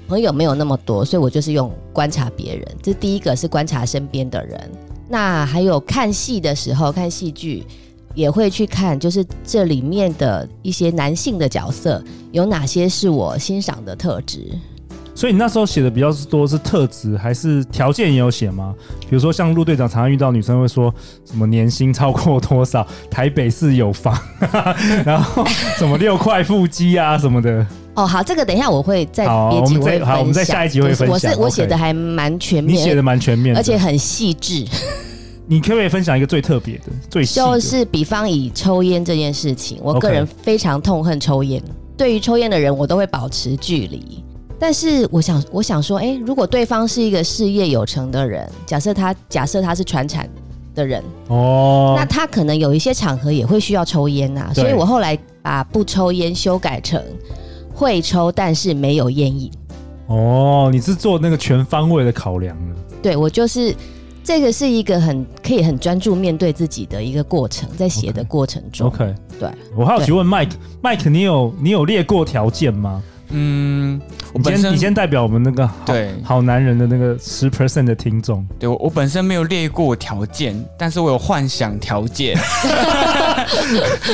朋友没有那么多，所以我就是用观察别人。这第一个是观察身边的人，那还有看戏的时候看戏剧。也会去看，就是这里面的一些男性的角色有哪些是我欣赏的特质，所以你那时候写的比较多是特质，还是条件也有写吗？比如说像陆队长常常遇到女生会说什么年薪超过多少，台北市有房， 然后什么六块腹肌啊什么的。哦，好，这个等一下我会在好别集我们会再分好享。我们在下一集会就是我分享是我写 OK 的还蛮全你面，写的蛮全面的，而且很细致，你可不可以分享一个最特别的、最细的？就是比方以抽烟这件事情，我 OK 个人非常痛恨抽烟。对于抽烟的人，我都会保持距离。但是我想，我想说，诶，如果对方是一个事业有成的人，假设他假设他是传产的人，哦那，他可能有一些场合也会需要抽烟呐、对所以我后来把不抽烟修改成会抽，但是没有烟瘾。哦，你是做那个全方位的考量的。对我就是这个是一个很可以很专注面对自己的一个过程，在写的 OK 过程中 OK，对我好奇问 Mike，Mike，你有你有列过条件吗？嗯，我你本身先你先代表我们那个好对好男人的那个十 percent 的听 众，对我我本身没有列过条件，但是我有幻想条件。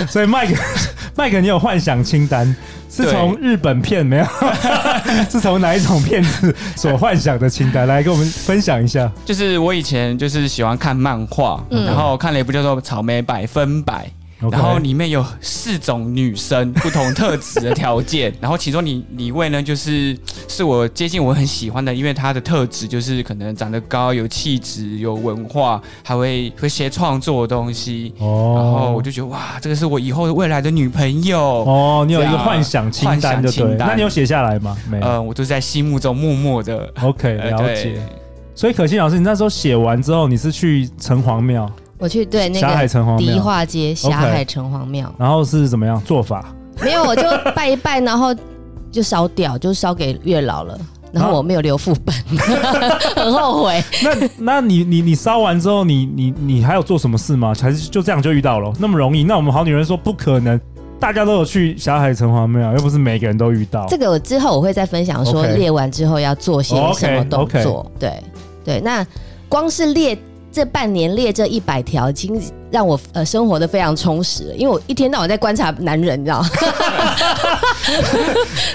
所以 Mike Mike，你有幻想清单是对从日本片 没有？是从哪一种片子所幻想的清单？来跟我们分享一下。就是我以前就是喜欢看漫画，嗯然后看了一部叫做《草莓百分百》。然后 OK 里面有四种女生不同特质的条件， 然后其中你你位呢，就是是我接近我很喜欢的，因为她的特质就是可能长得高、有气质、有文化，还会会写创作的东西。哦，然后我就觉得哇，这个是我以后未来的女朋友。哦，你有一这个样幻想清单就幻想对，清单那你有写下来吗？没有。呃，我都在心目中默默的 OK，呃了对解。所以可心老师，你那时候写完之后，你是去城隍庙，我去对那霞海个城隍迪庙，化街霞海城隍庙，然后是怎么样做法？ 没有我就拜一拜，然后就烧掉，就烧给月老了。然后啊我没有留副 本，很后悔。那那你你你烧完之后，你你你还有做什么事吗？还是就这样就遇到了？那么容易？那我们好女人说不可能，大家都有去霞海城隍庙，又不是每个人都遇到。这个我之后我会再分享，说 OK 列完之后要做些哦，OK，什么动 OK 作。对对，那光是列这半年列这一百条，已经让我呃生活的非常充实了，因为我一天到晚在观察男人，你知道吗？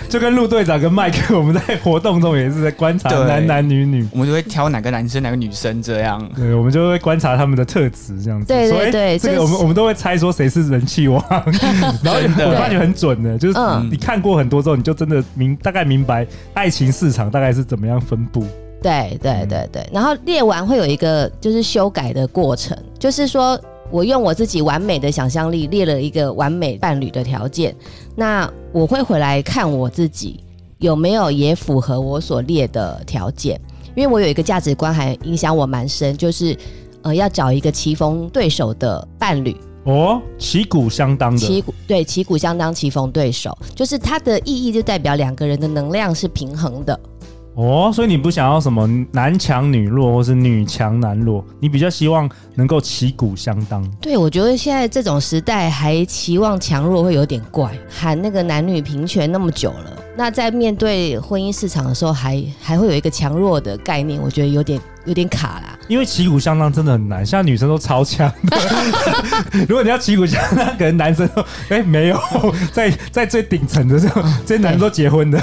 就跟陆队长跟麦克，我们在活动中也是在观察对男男女女。我们就会挑哪个男生哪个女生这样。 对，我们就会观察他们的特质，这样子。对对说诶对这所以个我们是我们都会猜说谁是人气王， 然后真的我发觉很准的，就是嗯你看过很多之后，你就真的明大概明白爱情市场大概是怎么样分布。对对嗯对对，然后列完会有一个就是修改的过程，就是说我用我自己完美的想象力列了一个完美伴侣的条件，那我会回来看我自己有没有也符合我所列的条件，因为我有一个价值观还影响我蛮深，就是呃要找一个棋逢对手的伴侣，哦，旗鼓相当的。旗鼓对旗鼓相当，棋逢对手，就是它的意义就代表两个人的能量是平衡的。哦，所以你不想要什么男强女弱，或是女强男弱，你比较希望能够旗鼓相当。对，我觉得现在这种时代还期望强弱会有点怪，喊那个男女平权那么久了，那在面对婚姻市场的时候还，还会有一个强弱的概念，我觉得有点有点卡啦。因为旗鼓相当真的很难，现在女生都超强 的。如果你要旗鼓相当，可能男生都哎、没有， 在在最顶层的时候，啊这些男生都结婚的。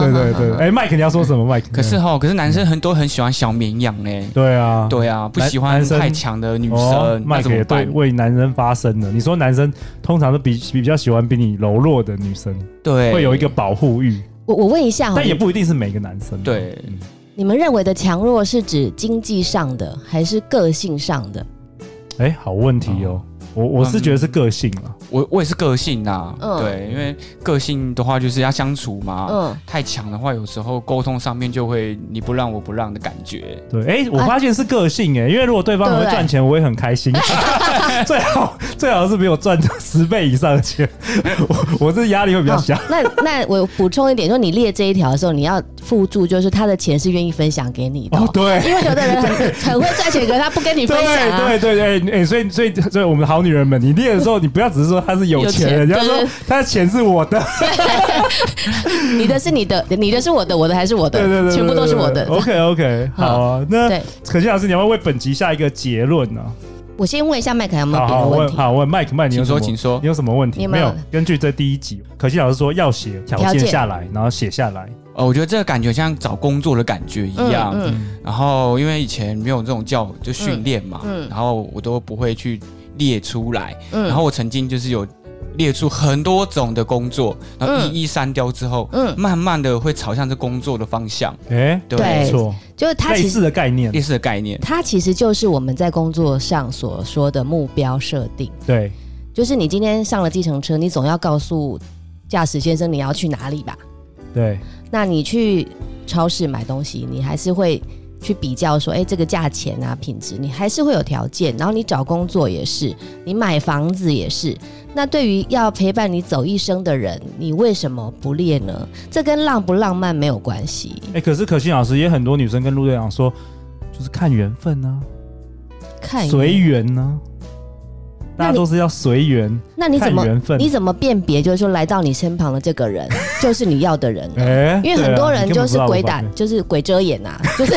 对对对，哎、麦克你要说什么？麦克？嗯可是哈，可是男生很多很喜欢小绵羊嘞、嗯对啊，对啊，不男喜欢男生太强的女哦生，那麦克怎么也对办？为男生发声了。你说男生通常都比比较喜欢比你柔弱的女生，对，嗯会有一个保护欲， 我我问一下哈，但也你不一定是每个男生。嗯对你们认为的强弱是指经济上的，还是个性上的？哎、好问题哦。嗯我我是觉得是个性啊，我我也是个性呐、嗯对，因为个性的话就是要相处嘛，嗯，太强的话有时候沟通上面就会你不让我不让的感觉。对，哎、我发现是个性哎、因为如果对方很会啊对赚钱，我也很开 心。最好最好是比我赚十倍以上的钱，我我这压力会比较好小。哦那那我补充一点，说你列这一条的时候，你要附注，就是他的钱是愿意分享给你的哦、哦，对，因为有的人很很会赚钱，可是他不跟你分享啊。对对对对，哎、哎，所以所以所以我们好女人们，你练的时候，你不要只是说她是有钱人，有钱你要对说对她的钱是我的，你的是你的，你的是我的，我的还是我的，对对对，全部都是我的。 OK OK，好啊，那对，可心老师，你要不要为本集下一个结论呢、我先问一下麦克有没有好别的好问问，题？好问麦克麦，你有请什么说，请说你。有什么问题？你有没没有有，根据这第一集，可心老师说要写条条件件下来，然后写下来。呃，我觉得这个感觉像找工作的感觉一样。嗯然后因为以前没有这种教就训练嘛，嗯嗯然后我都不会去列出来。嗯然后我曾经就是有列出很多种的工作，然后嗯一一删掉之后，嗯慢慢的会朝向这工作的方向。哎，对，对没错，就是它类其似实的概念类，似的概念。它其实就是我们在工作上所说的目标设定，对，就是你今天上了计程车，你总要告诉驾驶先生你要去哪里吧？对，那你去超市买东西，你还是会去比较说，哎，这个价钱啊，品质，你还是会有条件。然后你找工作也是，你买房子也是。那对于要陪伴你走一生的人，你为什么不列呢？这跟浪不浪漫没有关系。哎，可是可心老师也很多女生跟陆队长说，就是看缘分啊，看你随缘呢，大那家你都是要随缘，那你看怎么缘分你怎么辨别？就是说，来到你身旁的这个人，就是你要 的人呢。哎，因为很多人就是鬼打打，，就是鬼遮眼呐、啊，就是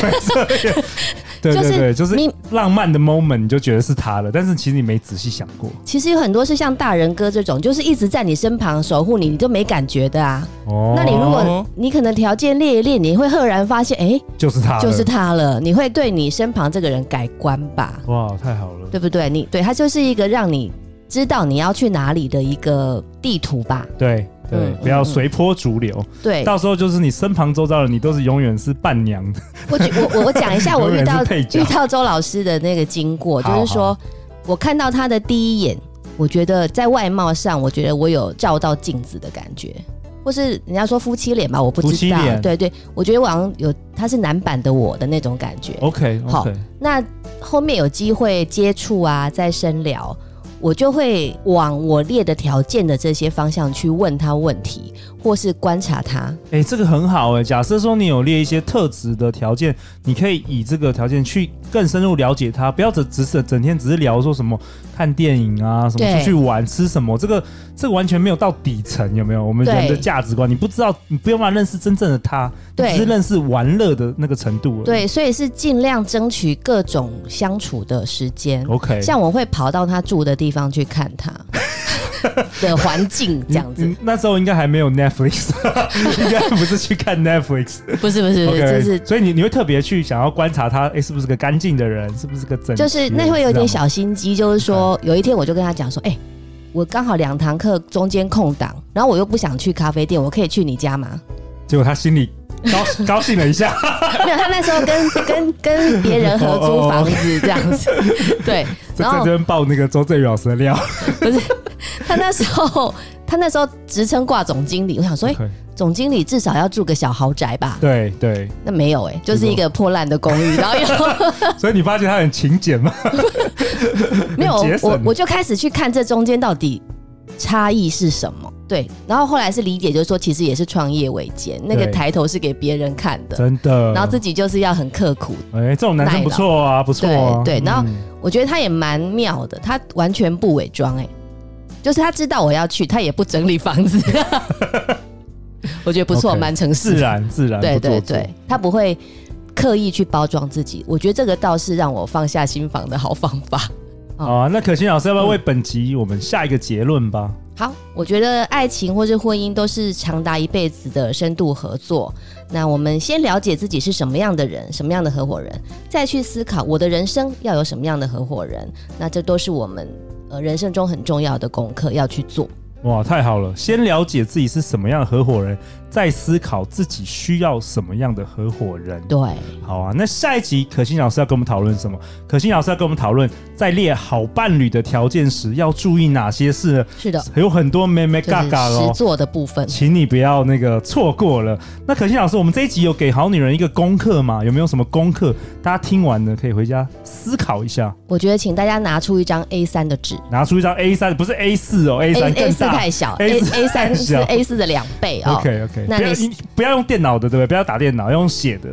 对就对是对，就是你浪漫的 moment 你就觉得是他了，但是其实你没仔细想过其实有很多是像大人哥这种，就是一直在你身旁守护你，你都没感觉的啊。哦。那你如哦果你可能条件列一列，你会赫然发现，哎，就是他了，就是他了，你会对你身旁这个人改观吧，哇，太好了，对不对？你对他就是一个让你知道你要去哪里的一个地图吧，对对嗯，不要随波逐流，对。到时候就是你身旁周遭的你都是永远是伴娘，我举我我我讲一下我永遇远到是配角遇到周老师的那个经过，好就是说我看到他的第一眼，我觉得在外貌上，我觉得我有照到镜子的感觉，或是人家说夫妻脸吧，我不夫知妻道脸，对对，我觉得我好像有他是男版的我的那种感觉。 OK 好 OK，那后面有机会接触啊，再深聊，我就会往我列的条件的这些方向去问他问题，或是观察他。哎，这个很好哎。假设说你有列一些特质的条件，你可以以这个条件去更深入了解他，不要只只是整天只是聊说什么看电影啊，什么对出去玩吃什么，这个这个完全没有到底层，有没有？我们人对的价值观，你不知道，你不用办法认识真正的他，你对只是认识玩乐的那个程度而已。对，所以是尽量争取各种相处的时间。 ，OK，像我会跑到他住的地方去看他的环境，这样子。嗯那时候应该还没有 Netflix，应 该不是去看 Netflix。 不是不是不是， OK，嗯就是所以你你会特别去想要观察他，哎、是不是个干净的人，是不是个整齐的就人，是那会有点嗯这样吗。嗯小心机，就是说有一天我就跟他讲说，哎、我刚好两堂课中间空档，然后我又不想去咖啡店，我可以去你家吗？ 结果他心里 高高兴了一下，没有，他那时候跟跟跟别人合租房子这样子，对。在然哦 在这后边爆那个周正宇老师的料。他那时候他那时候职称挂总经理，我想说，哎、 OK，总经理至少要住个小豪宅吧？对对，那没有哎、就是一个破烂的公寓，然后 又所以你发现他很勤俭嘛？没有很节省我我就开始去看这中间到底差异是什么。对，然后后来是理解，就是说其实也是创业维艰，那个对抬头是给别人看 的，真的。然后自己就是要很刻苦哎、这种男生不错啊，不错、啊。对对然后嗯我觉得他也蛮妙的，他完全不伪装哎、就是他知道我要去，他也不整理 房子， 我觉得不错， OK，蛮诚实自的。然自然，对不做对作对，他不会刻意去包装自己，我觉得这个倒是让我放下心房的好方法。好啊，那可心老师要不要为本集我们下一个结论吧？好，我觉得爱情或是婚姻都是长达一辈子的深度合作。那我们先了解自己是什么样的人，什么样的合伙人，再去思考我的人生要有什么样的合伙人。那这都是我们呃人生中很重要的功课要去做。哇，太好了！先了解自己是什么样的合伙人，再思考自己需要什么样的合伙人。对，好啊，那下一集可心老师要跟我们讨论什么？可心老师要跟我们讨论，在列好伴侣的条件时要注意哪些事呢？是的，有很多妹妹就嘎是嘎哦实。做的部分。请你不要那个错过了。那可心老师，我们这一集有给好女人一个功课吗？有没有什么功课？大家听完呢，可以回家思考一下，我觉得请大家拿出一张 A 三的纸拿出一张 A 三，不是 A 四哦，A 三 A 更四大太。小 A ，A 四 A 三是小 A 四的两倍哦。 OK OK，那不要你你不要用电脑的，对不对？不要打电脑，要用写的，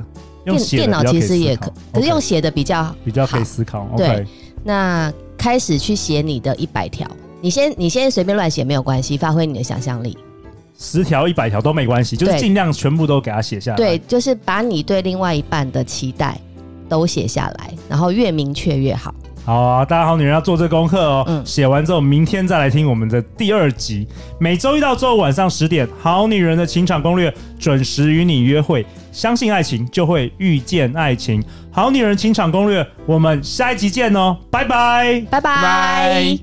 用电写的电脑比较其以实也思可考，可是用 OK，写的比较好比较可以思考。OK，对那开始去写你的一百条，你先你先随便乱写没有关系，发挥你的想象力。十条、一百条都没关系，就是对尽量全部都给它写下来。对，就是把你对另外一半的期待都写下来，然后越明确越好。好啊，大家好，女人要做这功课哦嗯。写、完之后，明天再来听我们的第二集。每周一到周五晚上十点，《好女人的情场攻略》准时与你约会。相信爱情，就会遇见爱情。《好女人情场攻略》，我们下一集见哦，拜拜。拜拜。拜。